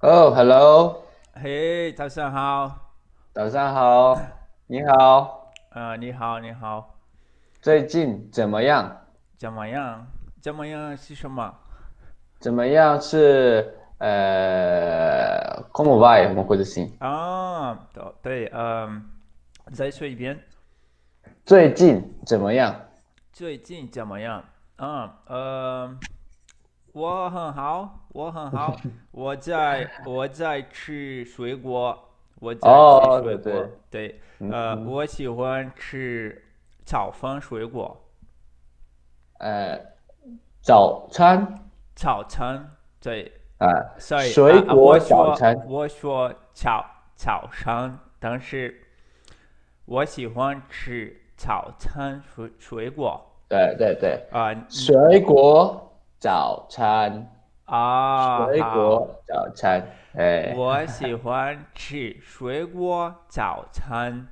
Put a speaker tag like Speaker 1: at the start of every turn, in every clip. Speaker 1: 哦，hello，
Speaker 2: 嘿，早上好，
Speaker 1: 早上好，你好，
Speaker 2: 呃，你好，你好，
Speaker 1: 最近怎么样？
Speaker 2: 怎么样？怎么样是什么？
Speaker 1: 怎么样是呃，como vai uma coisa assim？
Speaker 2: 啊，对对，嗯，再说一遍，
Speaker 1: 最近怎么样？
Speaker 2: 最近怎么样？啊，呃，我很好，我很 好，我在我在吃水果，我在吃
Speaker 1: 哦，对
Speaker 2: 水
Speaker 1: 对，
Speaker 2: 果，对，
Speaker 1: 嗯
Speaker 2: 呃，
Speaker 1: 嗯，
Speaker 2: 我喜欢吃炒饭水果，
Speaker 1: 呃，早餐
Speaker 2: 早餐，对。
Speaker 1: 啊，
Speaker 2: 所以啊
Speaker 1: 水
Speaker 2: 啊，我
Speaker 1: 果早
Speaker 2: 说
Speaker 1: 餐
Speaker 2: 我说早早上，但是我喜欢吃早餐水水果
Speaker 1: 对对对，
Speaker 2: 啊，嗯
Speaker 1: 水果早餐，
Speaker 2: 啊
Speaker 1: 水
Speaker 2: 好，
Speaker 1: 果早餐，哎，
Speaker 2: 我喜欢吃水果早餐。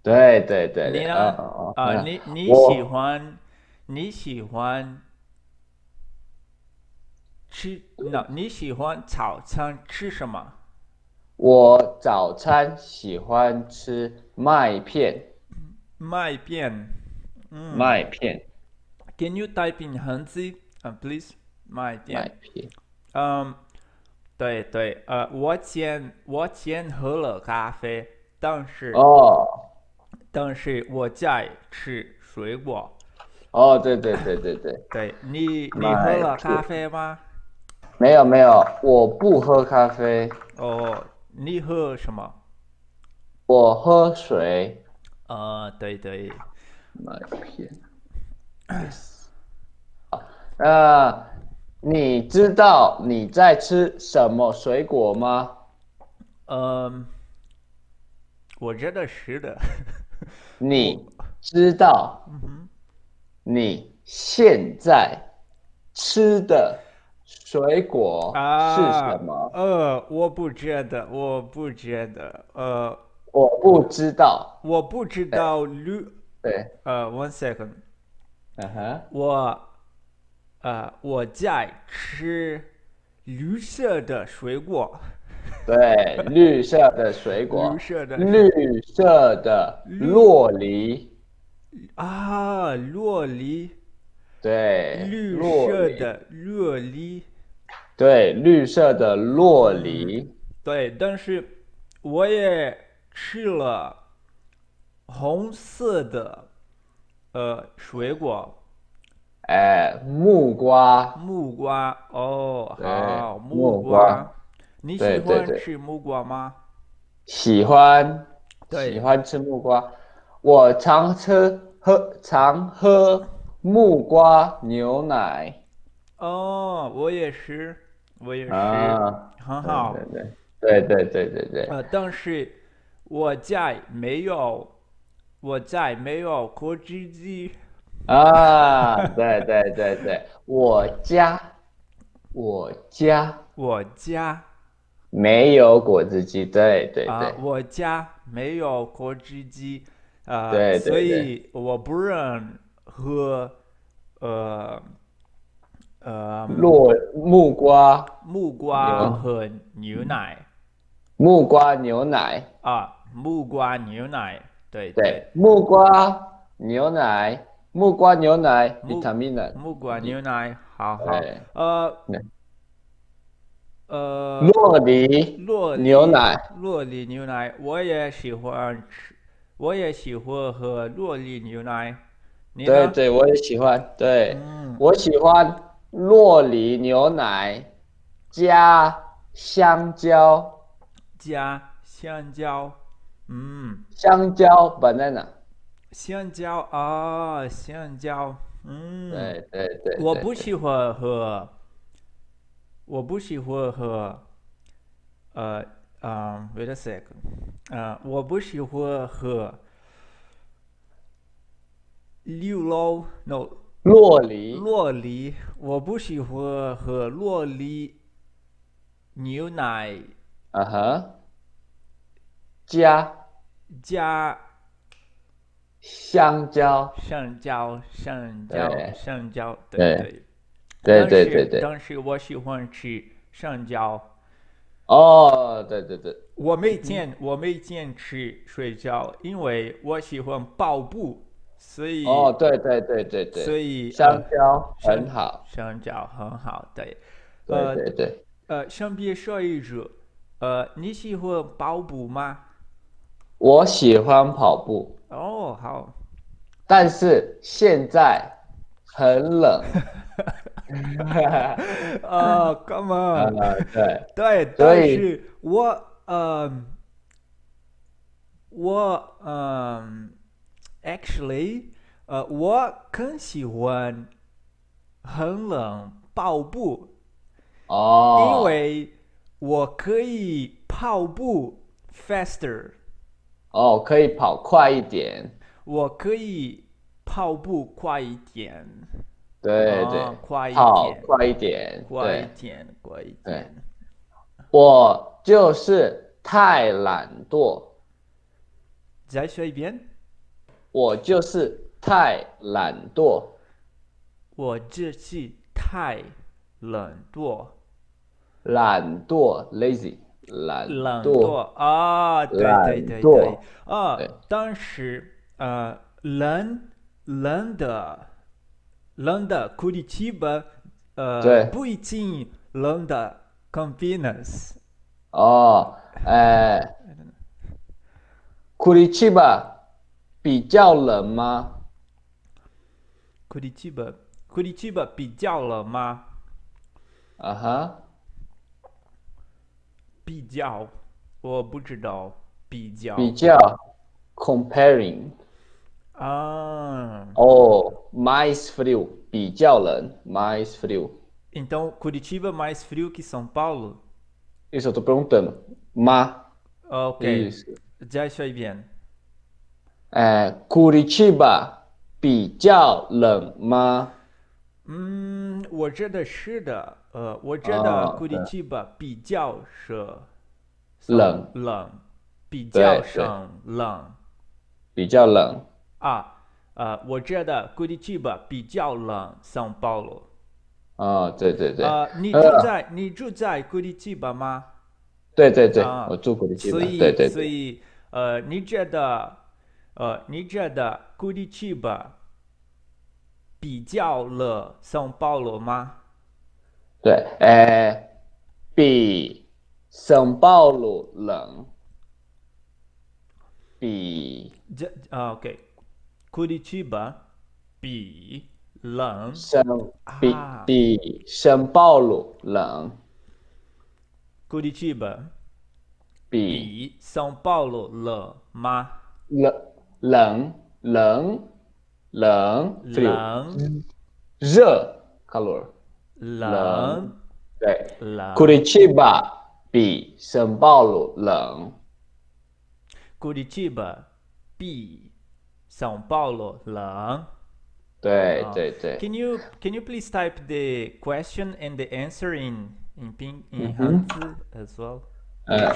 Speaker 1: 对对对对，
Speaker 2: 你
Speaker 1: 哦
Speaker 2: 呢？
Speaker 1: 哦哦，
Speaker 2: 啊，
Speaker 1: 嗯，
Speaker 2: 你你喜
Speaker 1: 我
Speaker 2: 欢你喜欢吃那你喜欢早餐吃什么？
Speaker 1: 我早餐喜欢吃麦片。
Speaker 2: 麦片，嗯。
Speaker 1: 麦片，
Speaker 2: Can you type in Hanzi, uh, please? 慢
Speaker 1: 麦
Speaker 2: 一点。
Speaker 1: 片，
Speaker 2: 嗯，对对，呃，我先我先喝了咖啡，但是
Speaker 1: 哦
Speaker 2: 但是我在吃水果。
Speaker 1: 哦，对对对对对，
Speaker 2: 对，你你喝
Speaker 1: 麦
Speaker 2: 了咖
Speaker 1: 片，
Speaker 2: 啡吗？
Speaker 1: 没有没有，我不喝咖啡，
Speaker 2: 哦，你喝什么？
Speaker 1: 我喝水。
Speaker 2: 呃，对对，
Speaker 1: 麦 片，yes。那你知道你在吃什么水果吗？
Speaker 2: 嗯，我觉得是的。 我，
Speaker 1: 你知道
Speaker 2: 嗯哼，
Speaker 1: 你现在吃的水果是什
Speaker 2: 啊，
Speaker 1: 么？
Speaker 2: 呃，我不觉得，我不觉得，呃，
Speaker 1: 我不知道。
Speaker 2: 我不知
Speaker 1: 对
Speaker 2: 道绿，
Speaker 1: 对，
Speaker 2: 呃，one second，啊
Speaker 1: 嗯哼，
Speaker 2: 我呃我在吃绿色的水果，
Speaker 1: 对，绿色的水
Speaker 2: 绿
Speaker 1: 果，嗯
Speaker 2: 色的水
Speaker 1: 绿色的
Speaker 2: 绿
Speaker 1: 洛梨，
Speaker 2: 啊洛梨，
Speaker 1: 对，
Speaker 2: 绿
Speaker 1: 哎洛
Speaker 2: 色
Speaker 1: 梨，
Speaker 2: 的洛梨，
Speaker 1: 对，绿色的洛
Speaker 2: 嗯，
Speaker 1: 梨，
Speaker 2: 对，但是我也吃了红色的呃水果，
Speaker 1: 哎，木瓜，
Speaker 2: 木瓜哦，
Speaker 1: 对，
Speaker 2: 好，
Speaker 1: 木
Speaker 2: 木
Speaker 1: 瓜，
Speaker 2: 瓜，你喜
Speaker 1: 对对
Speaker 2: 欢
Speaker 1: 对，
Speaker 2: 吃木瓜吗？
Speaker 1: 喜欢喜
Speaker 2: 对。
Speaker 1: 欢吃木瓜，我常吃喝常喝木瓜牛奶
Speaker 2: 哦，我也是，我也是，
Speaker 1: 啊，对
Speaker 2: 很
Speaker 1: 对
Speaker 2: 好。
Speaker 1: 对对对对对对，
Speaker 2: 呃，但是我在没有，我在没有果汁机。
Speaker 1: 啊，对对对对，我家。我家
Speaker 2: 我家
Speaker 1: 没有果汁机，对对
Speaker 2: 啊，
Speaker 1: 对
Speaker 2: 我家没有果汁机，呃，
Speaker 1: 对
Speaker 2: 所
Speaker 1: 对对，
Speaker 2: 以我不让喝，呃，呃，
Speaker 1: 洛木瓜
Speaker 2: 木瓜
Speaker 1: 牛
Speaker 2: 和牛奶
Speaker 1: 木瓜牛奶，
Speaker 2: 啊，木瓜牛奶，对对，
Speaker 1: 对，木瓜牛奶，木瓜牛奶
Speaker 2: 木
Speaker 1: ，vitamina，
Speaker 2: 木瓜牛奶，好好，
Speaker 1: 对，
Speaker 2: 呃。呃，
Speaker 1: 洛梨
Speaker 2: 洛
Speaker 1: 牛
Speaker 2: 梨
Speaker 1: 奶，
Speaker 2: 洛梨牛奶，我也喜欢吃，我也喜欢喝洛梨牛奶。你
Speaker 1: 对
Speaker 2: 呢？
Speaker 1: 对，我也喜欢，对，
Speaker 2: 嗯，
Speaker 1: 我喜欢洛梨牛奶加香蕉，
Speaker 2: 加香蕉，嗯，
Speaker 1: 香蕉 banana，
Speaker 2: 香蕉啊，香蕉，嗯，
Speaker 1: 对对对
Speaker 2: 我
Speaker 1: 对
Speaker 2: 不
Speaker 1: 对，
Speaker 2: 喜欢喝，我不喜欢喝，呃，嗯，wait a second，呃，我不喜欢喝六楼，no。
Speaker 1: 洛梨，
Speaker 2: 洛梨，我不喜欢喝洛梨牛奶
Speaker 1: 啊哈，加。
Speaker 2: 加
Speaker 1: 香蕉，
Speaker 2: 上胶，上胶，
Speaker 1: 对
Speaker 2: 上胶，对
Speaker 1: 对
Speaker 2: 对。
Speaker 1: 对
Speaker 2: 但
Speaker 1: 对对
Speaker 2: 是，
Speaker 1: 对，
Speaker 2: 但是我喜欢吃上胶，
Speaker 1: 哦，对对对，
Speaker 2: 我每天我每天吃睡觉，因为我喜欢跑步，所以
Speaker 1: 哦，对对对对
Speaker 2: 所
Speaker 1: 对，
Speaker 2: 以呃
Speaker 1: 香蕉
Speaker 2: 香
Speaker 1: 很好，
Speaker 2: 香蕉很好，对，
Speaker 1: 对
Speaker 2: 呃
Speaker 1: 对对，
Speaker 2: 呃，先别说一句，呃，你喜欢跑步吗？
Speaker 1: 我喜欢跑步，
Speaker 2: 哦，好，
Speaker 1: 但是现在很 冷，
Speaker 2: 呃，come on，
Speaker 1: 呃，对，
Speaker 2: 对，
Speaker 1: 所
Speaker 2: 但
Speaker 1: 以
Speaker 2: 是我呃，我嗯、a c t u a l l y 呃，我更喜欢很冷跑步，因
Speaker 1: 哦，
Speaker 2: 为我可以跑步 faster，
Speaker 1: 哦，可以跑快一点，
Speaker 2: 我可以跑步快一点，
Speaker 1: 对对，
Speaker 2: 啊，快一
Speaker 1: 跑
Speaker 2: 点，
Speaker 1: 快一点，
Speaker 2: 快一
Speaker 1: 对
Speaker 2: 点，快一
Speaker 1: 对
Speaker 2: 点。
Speaker 1: 我就是太懒惰，
Speaker 2: 再说一遍，
Speaker 1: 我就是太懒惰，
Speaker 2: 我这次太懒惰，
Speaker 1: 懒惰 lazy，懒
Speaker 2: 懒惰
Speaker 1: 惰，
Speaker 2: 啊，对对
Speaker 1: 懒
Speaker 2: 对对
Speaker 1: 惰，
Speaker 2: 啊
Speaker 1: 对，
Speaker 2: 当时呃，人人的人的 Curitiba，呃，
Speaker 1: 对
Speaker 2: 不一定人的 Campinas，
Speaker 1: 哦，呃，Curitiba 比较冷吗？
Speaker 2: Curitiba Curitiba 比较冷吗？
Speaker 1: 啊哈，
Speaker 2: 比较，我不知道比较
Speaker 1: 比较 comparing。
Speaker 2: 啊，
Speaker 1: 哦，mais frio 比较冷，mais frio。
Speaker 2: então Curitiba é mais frio que São Paulo?
Speaker 1: Isso eu tô perguntando. Ma,
Speaker 2: Ok,
Speaker 1: isso.
Speaker 2: já estou bem.
Speaker 1: É, 哎 Curitiba 比较冷吗？
Speaker 2: 嗯，我觉得是的，呃，我觉得
Speaker 1: 啊
Speaker 2: Curitiba 比较是
Speaker 1: 冷，
Speaker 2: 冷，比较
Speaker 1: 对对
Speaker 2: 省冷
Speaker 1: 比较冷。
Speaker 2: 啊，呃，我觉得 Curitiba 比较冷，São Paulo。
Speaker 1: 啊，对对对，
Speaker 2: 呃，你住
Speaker 1: 呃，
Speaker 2: 在你住在 Curitiba 吗？
Speaker 1: 对对对，
Speaker 2: 啊，
Speaker 1: 我住 Curitiba，
Speaker 2: 所
Speaker 1: 对
Speaker 2: 以
Speaker 1: 对
Speaker 2: 所
Speaker 1: 对，
Speaker 2: 以呃，你觉得呃，你觉得 Curitiba 比较了 São Paulo 吗？
Speaker 1: 对，哎，比 São Paulo 冷，比
Speaker 2: 这啊，OK，Curitiba 比冷
Speaker 1: São 比
Speaker 2: 啊
Speaker 1: 比 São Paulo 冷，
Speaker 2: ，Curitiba
Speaker 1: 比
Speaker 2: 比 São Paulo 冷吗？
Speaker 1: 冷冷冷冷 frio
Speaker 2: 冷
Speaker 1: 热 calor
Speaker 2: 冷
Speaker 1: 对
Speaker 2: 冷
Speaker 1: ，Curitiba 比 São Paulo 冷，
Speaker 2: ，Curitiba 比 São Paulo 冷。
Speaker 1: 对
Speaker 2: 啊
Speaker 1: 对对，
Speaker 2: Can you can you please type the question and the answer in in ping in Hanzi as well?
Speaker 1: 呃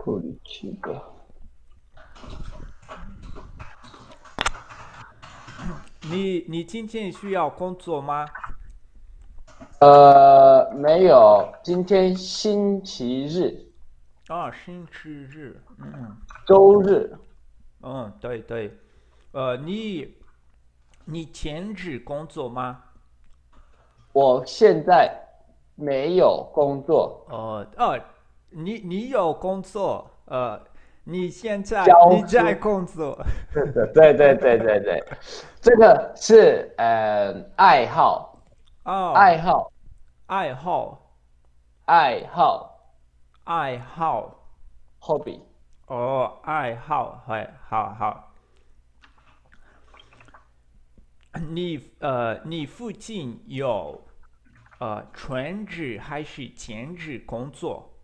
Speaker 1: ，Curitiba。
Speaker 2: 你你今天需要工作吗？
Speaker 1: 呃，没有，今天星期日，
Speaker 2: 啊，星期日，嗯
Speaker 1: 周日，
Speaker 2: 嗯，对对，呃，你你全职工作吗？
Speaker 1: 我现在没有工作，
Speaker 2: 哦哦，你你有工作，呃，你现在
Speaker 1: 教
Speaker 2: 你在
Speaker 1: 书
Speaker 2: 工作，
Speaker 1: 对对对对对，这个是呃爱好，
Speaker 2: 哦，
Speaker 1: 爱好，
Speaker 2: 爱好
Speaker 1: 爱好
Speaker 2: 爱好。
Speaker 1: ，hobby，
Speaker 2: 哦，爱好，哎，好好。你呃，你附近有呃全职还是全职工作？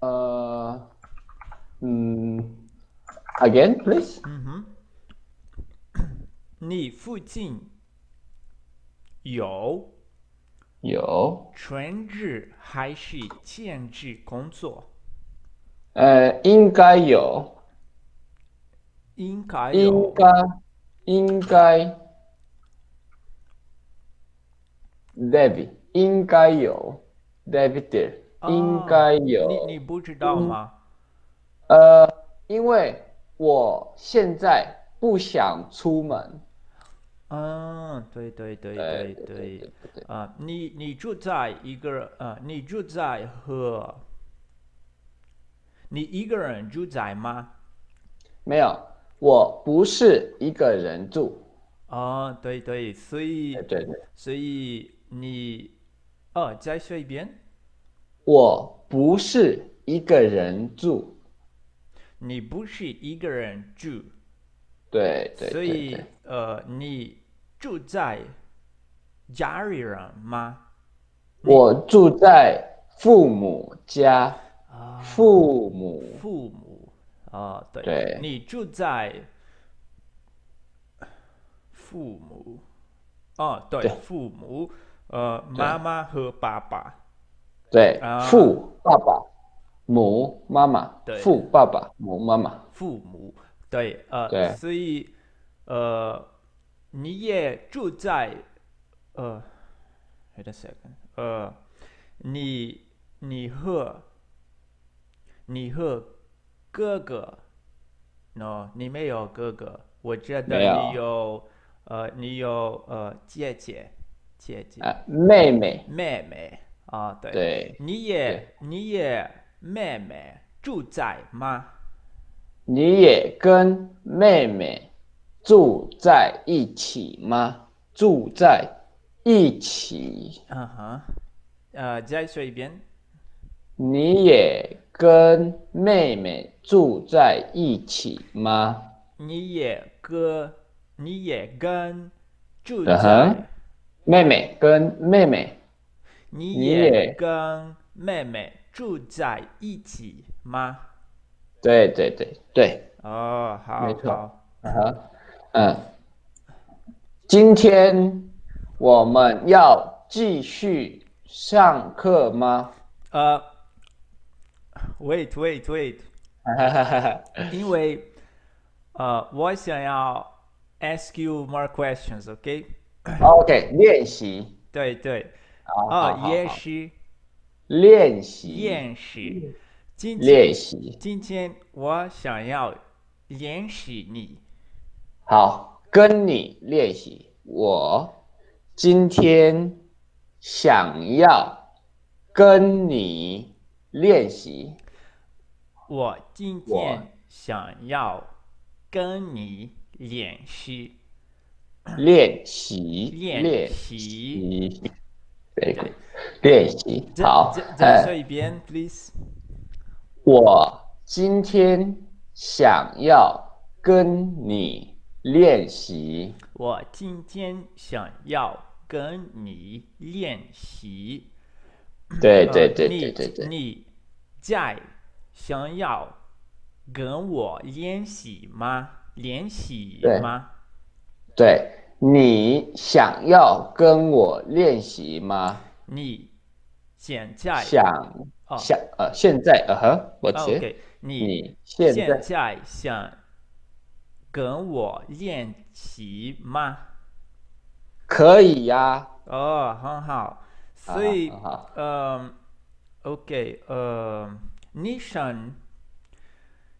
Speaker 1: 呃，嗯，again please，
Speaker 2: 嗯哼， 你附近有
Speaker 1: 有，
Speaker 2: 全职还是兼职工作？
Speaker 1: 呃，应该有，
Speaker 2: 应该
Speaker 1: 应
Speaker 2: 有
Speaker 1: 该，应该，David，应该有。 David
Speaker 2: 啊
Speaker 1: 应该
Speaker 2: 你
Speaker 1: 有，
Speaker 2: 你不知道吗？
Speaker 1: 呃，因为我现在不想出门。
Speaker 2: 嗯，对对对对
Speaker 1: 对对对
Speaker 2: 对
Speaker 1: 对，对，
Speaker 2: 啊，你你住在一个呃，你住在和你一个人住在吗？
Speaker 1: 没有，我不是一个人住。
Speaker 2: 啊，对对，所
Speaker 1: 对
Speaker 2: 以
Speaker 1: 对对，
Speaker 2: 所以你哦，再说一遍，
Speaker 1: 我不是一个人住。
Speaker 2: 你不是一个人住，
Speaker 1: 对对
Speaker 2: 所
Speaker 1: 对对，
Speaker 2: 以呃，你住在家里人吗？你
Speaker 1: 我住在父母家，
Speaker 2: 啊，
Speaker 1: 父母，
Speaker 2: 父母啊，对，
Speaker 1: 对
Speaker 2: 你住在父母哦，对，
Speaker 1: 对
Speaker 2: 父母，呃，妈
Speaker 1: 对
Speaker 2: 妈和爸爸
Speaker 1: 对，
Speaker 2: 啊，
Speaker 1: 父爸爸，母妈妈，
Speaker 2: 对。
Speaker 1: 父爸爸，母妈妈，
Speaker 2: 父母，对，呃，
Speaker 1: 对，
Speaker 2: 所以，呃，你也住在，呃，wait a second，呃，你你和你和哥哥，no，你没有哥哥，我觉得
Speaker 1: 没
Speaker 2: 你
Speaker 1: 有，
Speaker 2: 有，呃，你有呃姐姐，姐姐，
Speaker 1: 啊，妹妹，
Speaker 2: 妹妹啊，对，
Speaker 1: 对
Speaker 2: 你
Speaker 1: 对，
Speaker 2: 也你也妹妹住在吗？
Speaker 1: 你也跟妹妹住在一起吗？住在一起，
Speaker 2: 嗯哼，呃，再说一遍。
Speaker 1: 你也跟妹妹住在一起吗？
Speaker 2: 你也跟你也跟住
Speaker 1: 嗯哼，
Speaker 2: 在，
Speaker 1: 妹妹跟妹妹，
Speaker 2: 你
Speaker 1: 你
Speaker 2: 也
Speaker 1: 也，
Speaker 2: 跟妹妹住在一起吗？
Speaker 1: 对对对对，
Speaker 2: 哦，好
Speaker 1: 没错，
Speaker 2: 好，
Speaker 1: 啊哈，嗯。今天我们要继续上课 吗？
Speaker 2: 呃，wait wait wait，因为呃，我想要 ask you more questions，OK？
Speaker 1: 哦 OK，练习，
Speaker 2: 对对，
Speaker 1: 好
Speaker 2: 啊，
Speaker 1: 好好
Speaker 2: 也
Speaker 1: 好，
Speaker 2: 是
Speaker 1: 哦练习，
Speaker 2: 厌食，今天
Speaker 1: 练习，
Speaker 2: 今天我想要联系你。
Speaker 1: 好，跟你练习。我今天想要跟你练习，
Speaker 2: 我今
Speaker 1: 我
Speaker 2: 天想要跟你练习
Speaker 1: 练习，
Speaker 2: 练
Speaker 1: 练
Speaker 2: 习。
Speaker 1: 习，very good，
Speaker 2: 对，
Speaker 1: 练习，
Speaker 2: 再
Speaker 1: 好，
Speaker 2: 再再
Speaker 1: 呃，
Speaker 2: 说一遍，please。
Speaker 1: 我今天想要跟你练习。
Speaker 2: 我今天想要跟你练习。
Speaker 1: 对对对
Speaker 2: 呃，
Speaker 1: 对
Speaker 2: 你
Speaker 1: 对对。
Speaker 2: 你在想要跟我练习吗？练习
Speaker 1: 对
Speaker 2: 吗？
Speaker 1: 对，你想要跟我练习吗？
Speaker 2: 你现在
Speaker 1: 想
Speaker 2: 哦
Speaker 1: 想呃，现在呃呵，我
Speaker 2: 啊
Speaker 1: 觉
Speaker 2: ，OK，你
Speaker 1: 你现
Speaker 2: 现
Speaker 1: 在
Speaker 2: 在想。跟我练习吗？
Speaker 1: 可以呀、
Speaker 2: 哦，很好。
Speaker 1: 啊，
Speaker 2: 所
Speaker 1: 好
Speaker 2: 以，
Speaker 1: 好好，
Speaker 2: 嗯，OK，呃，你想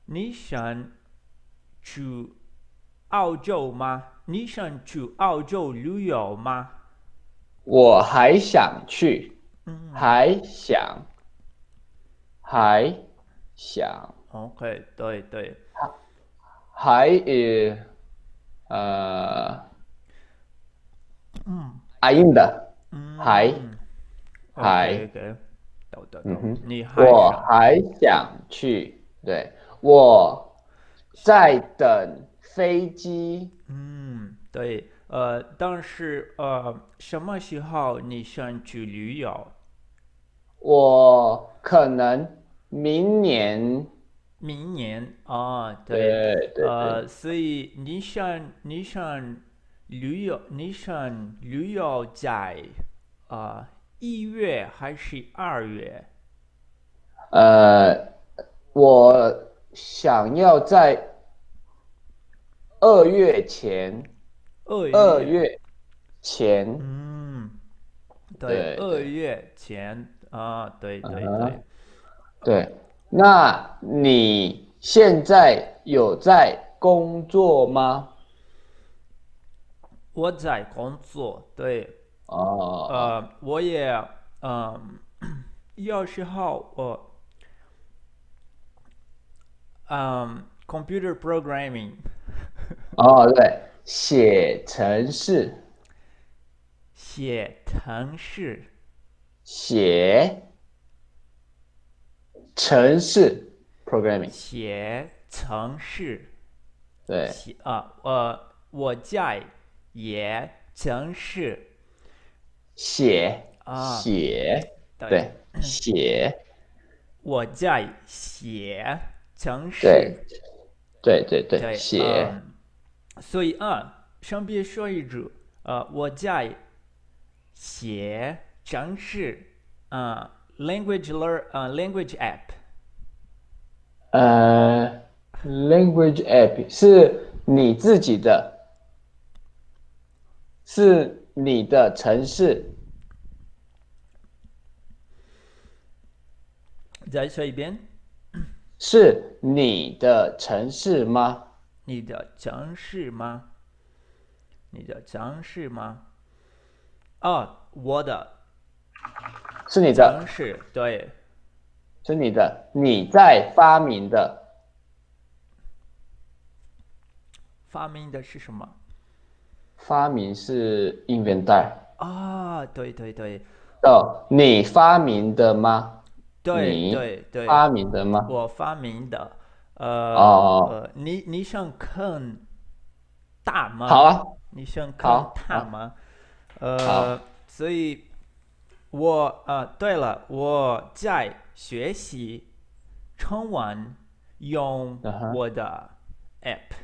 Speaker 2: 你想去澳洲吗？你想去澳洲旅游吗？
Speaker 1: 我还想去，
Speaker 2: 嗯
Speaker 1: 还想还想
Speaker 2: ，OK，对对，
Speaker 1: 还呃呃
Speaker 2: 嗯
Speaker 1: ，ainda 还
Speaker 2: 嗯
Speaker 1: 还。
Speaker 2: ，OK OK，懂懂
Speaker 1: 嗯
Speaker 2: 懂，
Speaker 1: 哼，
Speaker 2: 你还
Speaker 1: 我
Speaker 2: 想
Speaker 1: 还想去，对，我在等飞机。
Speaker 2: 嗯，对，呃，但是呃，什么时候你想去旅游？
Speaker 1: 我可能明年，
Speaker 2: 明年啊，对，
Speaker 1: 对对对，
Speaker 2: 呃，所以你想你想旅游，你想旅游在啊一月还是二月？
Speaker 1: 呃，我想要在二月前，
Speaker 2: 二
Speaker 1: 二
Speaker 2: 月，
Speaker 1: 月前，
Speaker 2: 嗯，
Speaker 1: 对
Speaker 2: 对，二
Speaker 1: 对
Speaker 2: 月前啊，对对
Speaker 1: 啊
Speaker 2: 对，
Speaker 1: 对，那你现在有在工作吗？
Speaker 2: 我在工作，对，
Speaker 1: 哦，
Speaker 2: 呃，我也，嗯、有时候我，嗯，computer programming
Speaker 1: 哦，对，写程式，
Speaker 2: 写程式，
Speaker 1: 写程式 programming，
Speaker 2: 写程式，
Speaker 1: 对，
Speaker 2: 写啊，呃，我在也程式
Speaker 1: 写
Speaker 2: 啊，
Speaker 1: 写，对，写，
Speaker 2: 我在写程
Speaker 1: 对
Speaker 2: 式，，
Speaker 1: 对对对，
Speaker 2: 对，
Speaker 1: 写，
Speaker 2: 嗯所以啊，上边说一句，呃，我在写城市，啊、l a n g u a g e learn，啊、l a n g u a g e app，
Speaker 1: 呃，language app 是你自己的，是你的城市。
Speaker 2: 再说一遍，
Speaker 1: 是你的城市吗？
Speaker 2: 你的城市吗？你的城市吗？哦，我的
Speaker 1: 是你的
Speaker 2: 城，市，对，
Speaker 1: 是你的，你在发明的，
Speaker 2: 发明的是什么？
Speaker 1: 发明是 inventor。
Speaker 2: 啊、对对对
Speaker 1: 哦，你发明的吗？
Speaker 2: 对
Speaker 1: 你
Speaker 2: 对对，
Speaker 1: 发明的吗？
Speaker 2: 我发明的，呃，
Speaker 1: 哦
Speaker 2: 呃你你想看大吗？
Speaker 1: 好啊，
Speaker 2: 你想看
Speaker 1: 好
Speaker 2: 大吗？呃，所以我呃，对了，我在学习中文，用
Speaker 1: 嗯哼
Speaker 2: 我的 app，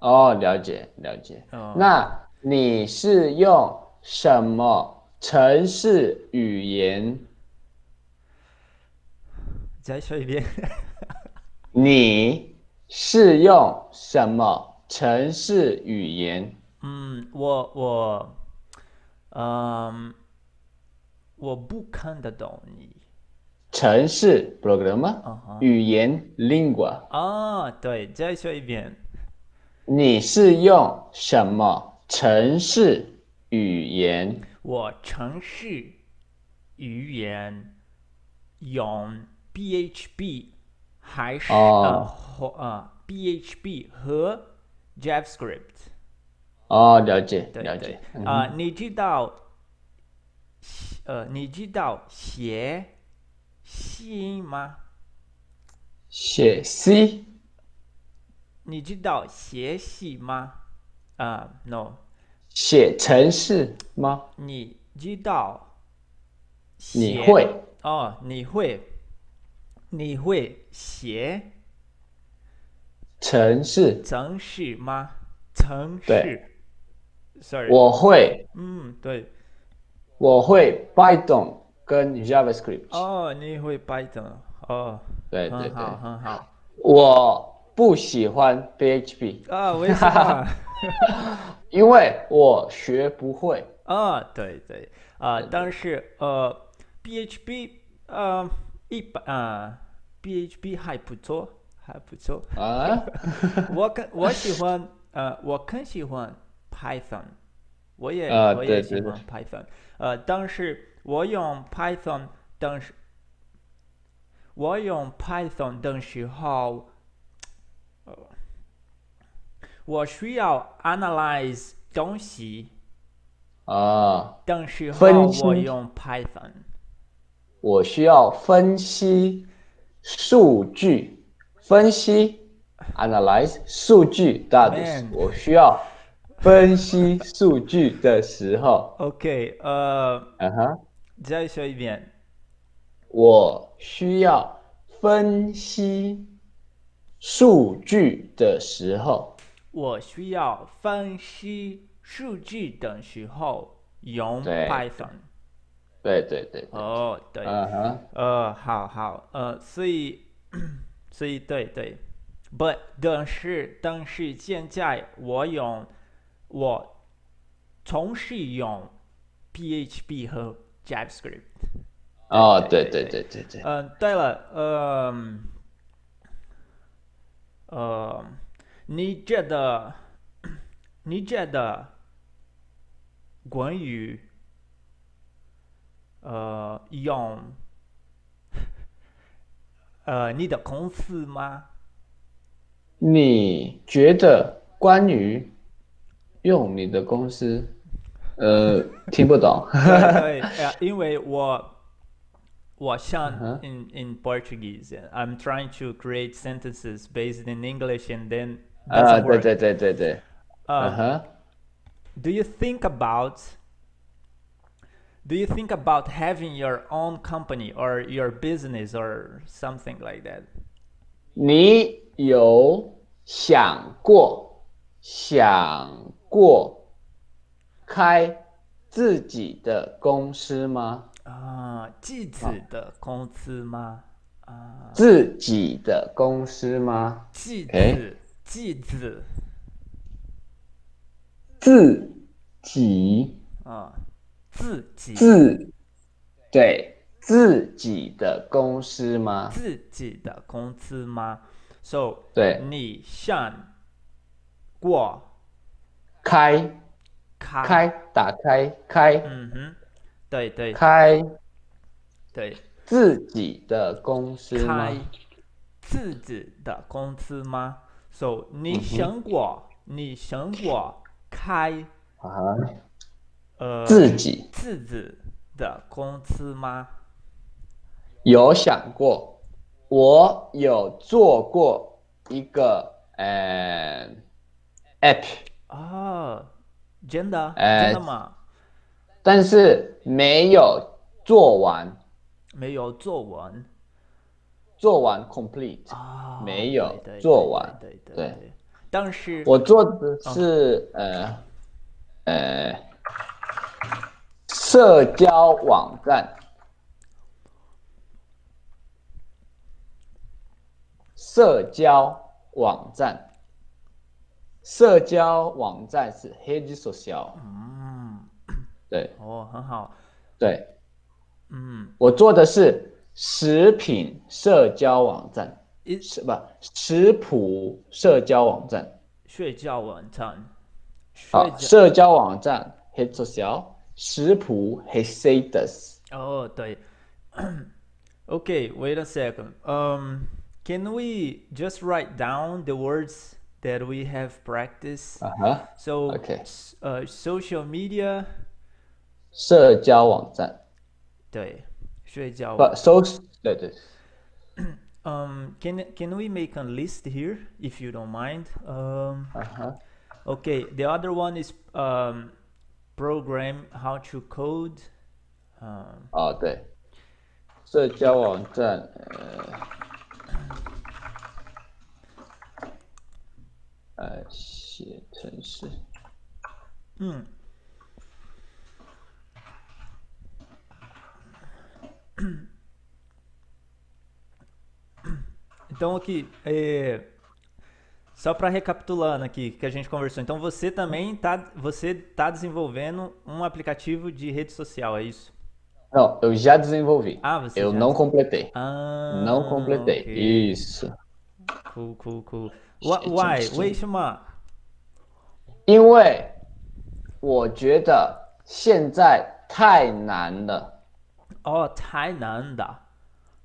Speaker 1: 哦，了解了解。
Speaker 2: 嗯、
Speaker 1: 那你是用什么城市语言？
Speaker 2: 再说一遍，
Speaker 1: 你是用什么城市语言？
Speaker 2: 嗯，我我，嗯、我不看得懂你，
Speaker 1: 城市 programa，
Speaker 2: 嗯哼，
Speaker 1: 语言 lingua。
Speaker 2: 啊，对，再说一遍。
Speaker 1: 你是用什么城市语言？
Speaker 2: 我城市语言用 PHP 还是呃
Speaker 1: 哦
Speaker 2: 和呃 PHP 和 JavaScript？
Speaker 1: 哦，了解，
Speaker 2: 对
Speaker 1: 了
Speaker 2: 对
Speaker 1: 解。嗯
Speaker 2: 啊、你知道呃，你知道写信吗？
Speaker 1: 写 C
Speaker 2: 你知道写信吗？啊、n o
Speaker 1: 写城市吗？
Speaker 2: 你知道
Speaker 1: 你
Speaker 2: 写
Speaker 1: 会
Speaker 2: 哦，你会你会写。
Speaker 1: 城市？
Speaker 2: 城市吗？城
Speaker 1: 对
Speaker 2: 市。Sorry。
Speaker 1: 我会，
Speaker 2: 嗯，对。
Speaker 1: 我会 Python 跟 JavaScript。
Speaker 2: 哦，你会 Python 哦，
Speaker 1: 对对
Speaker 2: 很
Speaker 1: 对
Speaker 2: 好，，很好。
Speaker 1: 我不喜欢 PHP，
Speaker 2: 啊，为什么？
Speaker 1: 因为我学不会。
Speaker 2: 啊，对对啊，但是呃，PHP 呃一般啊，PHP 还不错，还不错。
Speaker 1: 啊，
Speaker 2: 我更我喜欢呃，我更喜欢 Python，我也、
Speaker 1: 啊
Speaker 2: 我也
Speaker 1: 对
Speaker 2: 喜
Speaker 1: 对对
Speaker 2: 欢 Python，呃，但是我用 Python 但是我用 Python 的时候，呃我需要 analyze 东西
Speaker 1: 啊，
Speaker 2: 的时
Speaker 1: 分
Speaker 2: 候，我
Speaker 1: 析
Speaker 2: 用 Python，
Speaker 1: 我需要分析数据，分析 analyze 数据大的时
Speaker 2: Man
Speaker 1: 我需要分析数据的时候，
Speaker 2: OK，呃，
Speaker 1: 啊哈，
Speaker 2: 再说一遍，
Speaker 1: 我需要分析数据的时候，
Speaker 2: 我需要分析数据的时候用
Speaker 1: 对
Speaker 2: Python。
Speaker 1: 对对对，
Speaker 2: 哦，对，
Speaker 1: 啊哈，
Speaker 2: 呃，好好，呃，所以， 所以对对，but 但是但是现在我用我从事用 PHP 和 JavaScript，
Speaker 1: 哦，
Speaker 2: 对
Speaker 1: 对对对对对，
Speaker 2: 嗯、对了，嗯、呃，um, 你觉得 你觉得关于呃用 呃你的公司吗？
Speaker 1: 你觉得关于用你的公司，呃，听不懂，
Speaker 2: 对，对，呃，因为我我像
Speaker 1: Uh-huh.
Speaker 2: in in Portuguese, and I'm trying to create sentences based in English, and then
Speaker 1: 啊，
Speaker 2: doesn't
Speaker 1: 对
Speaker 2: work.
Speaker 1: 对对对对，嗯
Speaker 2: Uh,
Speaker 1: 哼，
Speaker 2: do you think about do you think about having your own company or your business or something like that?
Speaker 1: 你有想过想过开自己的公司吗？
Speaker 2: 啊，自己的公司吗？啊，
Speaker 1: 自己的公司吗？
Speaker 2: 自
Speaker 1: 诶
Speaker 2: 己自己
Speaker 1: 自己
Speaker 2: 啊，自己
Speaker 1: 自对自己的公司吗？
Speaker 2: 自己的公司吗？So，
Speaker 1: 对
Speaker 2: 你想过
Speaker 1: 开
Speaker 2: 开？
Speaker 1: 开打开开
Speaker 2: 嗯哼，对对
Speaker 1: 开
Speaker 2: 对，
Speaker 1: 自己的公司吗
Speaker 2: 开？自己的公司吗？So，你想过，你想过开
Speaker 1: 啊，
Speaker 2: 呃
Speaker 1: 自己
Speaker 2: 自己的公司吗？
Speaker 1: 有想过，我有做过一个呃 app，
Speaker 2: 哦，真的，
Speaker 1: 哎
Speaker 2: 真的吗？
Speaker 1: 但是没有做完，
Speaker 2: 没有作文
Speaker 1: 做完 complete。
Speaker 2: 啊，
Speaker 1: 没有
Speaker 2: 对对
Speaker 1: 做
Speaker 2: 对
Speaker 1: 完
Speaker 2: 对对
Speaker 1: 对
Speaker 2: 对，但是
Speaker 1: 我做的是、呃呃社交网站，社交网站，社交网站是 rede social，
Speaker 2: 嗯。
Speaker 1: 对
Speaker 2: 哦，很好，
Speaker 1: 对，
Speaker 2: 嗯，
Speaker 1: 我做的是食品社交网站，
Speaker 2: 一
Speaker 1: 是吧？食谱社交网站。
Speaker 2: 睡觉晚餐，睡
Speaker 1: 好，
Speaker 2: 觉
Speaker 1: 社交网站 Hit Social，食谱 Hesatus。
Speaker 2: 哦 对，Okay, wait a second. Um, can we just write down the words that we have practiced?
Speaker 1: 啊哈，
Speaker 2: So,
Speaker 1: Ah, okay.
Speaker 2: s- 呃，social media，
Speaker 1: 社交网站
Speaker 2: 对，睡觉
Speaker 1: 不
Speaker 2: 晚。
Speaker 1: ，social 对对，
Speaker 2: Um, can can we make a list here if you don't mind? Um.
Speaker 1: 啊哈，
Speaker 2: Okay, the other one is um, program how to code. Um,
Speaker 1: 哦对，社交网站呃呃写程式，
Speaker 2: 嗯，Então aqui, é, só para recapitulando aqui que a gente conversou. Então você também tá, você tá desenvolvendo um aplicativo de rede social, é isso?
Speaker 1: não eu já desenvolvi,
Speaker 2: Ah, você
Speaker 1: eu
Speaker 2: já
Speaker 1: não completei,
Speaker 2: Ah,
Speaker 1: não completei,
Speaker 2: ok.
Speaker 1: isso.
Speaker 2: Cool, cool, cool. Wha-
Speaker 1: Shit,
Speaker 2: Why?
Speaker 1: shit.
Speaker 2: 为什么？
Speaker 1: 因为我觉得现在太难了。
Speaker 2: 哦，太难的。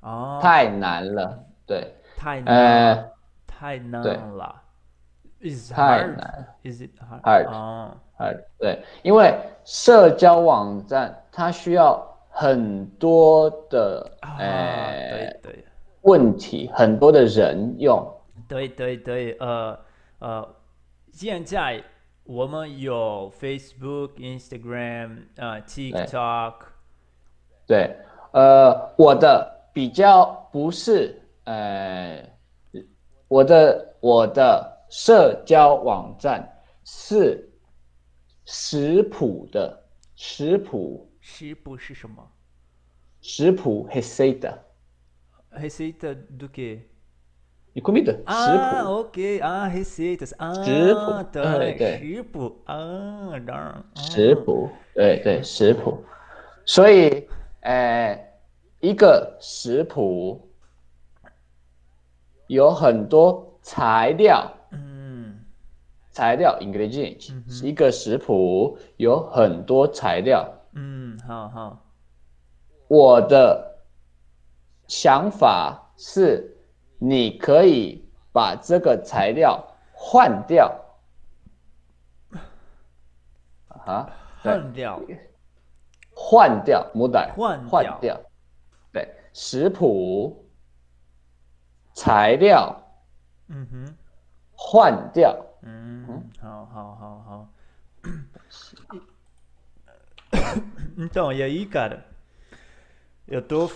Speaker 2: 哦，嗯
Speaker 1: 太难了，对，
Speaker 2: 太难
Speaker 1: 呃
Speaker 2: 了，太难
Speaker 1: 对
Speaker 2: 了。Is
Speaker 1: 太
Speaker 2: hard?
Speaker 1: 难
Speaker 2: Is it
Speaker 1: né?
Speaker 2: hard? Oh.
Speaker 1: Hard.
Speaker 2: 哦，
Speaker 1: 呃，对，因为社交网站它需要很多的
Speaker 2: 啊，
Speaker 1: 呃
Speaker 2: 对对
Speaker 1: 问题，很多的人用，
Speaker 2: 对对对，呃呃，现在我们有 Facebook、Instagram、呃 TikTok，
Speaker 1: 对，呃，我的比较不是呃，我的我的社交网站是食谱的食谱
Speaker 2: 食谱是什么
Speaker 1: 食谱 receita
Speaker 2: ？Receita do quê?
Speaker 1: de comida 食谱。
Speaker 2: Ah, ok. Ah, receitas. Ah,
Speaker 1: 食谱哎
Speaker 2: 对，
Speaker 1: 对
Speaker 2: 食谱啊，当然，
Speaker 1: 食
Speaker 2: 嗯
Speaker 1: 谱，对对，食谱。所以，呃，一个食谱有很多材料，
Speaker 2: 嗯
Speaker 1: 材料 ingredient，、
Speaker 2: 嗯哼
Speaker 1: 一个食谱有很多材料。
Speaker 2: 嗯，好好，
Speaker 1: 我的想法是，你可以把这个材料换掉。啊，对
Speaker 2: 换掉，
Speaker 1: 换掉母带，
Speaker 2: 换
Speaker 1: 换
Speaker 2: 掉
Speaker 1: 掉，对，食谱、材料
Speaker 2: 嗯哼，
Speaker 1: 换掉，
Speaker 2: 嗯，好好好好，então e aí, cara? Eu tô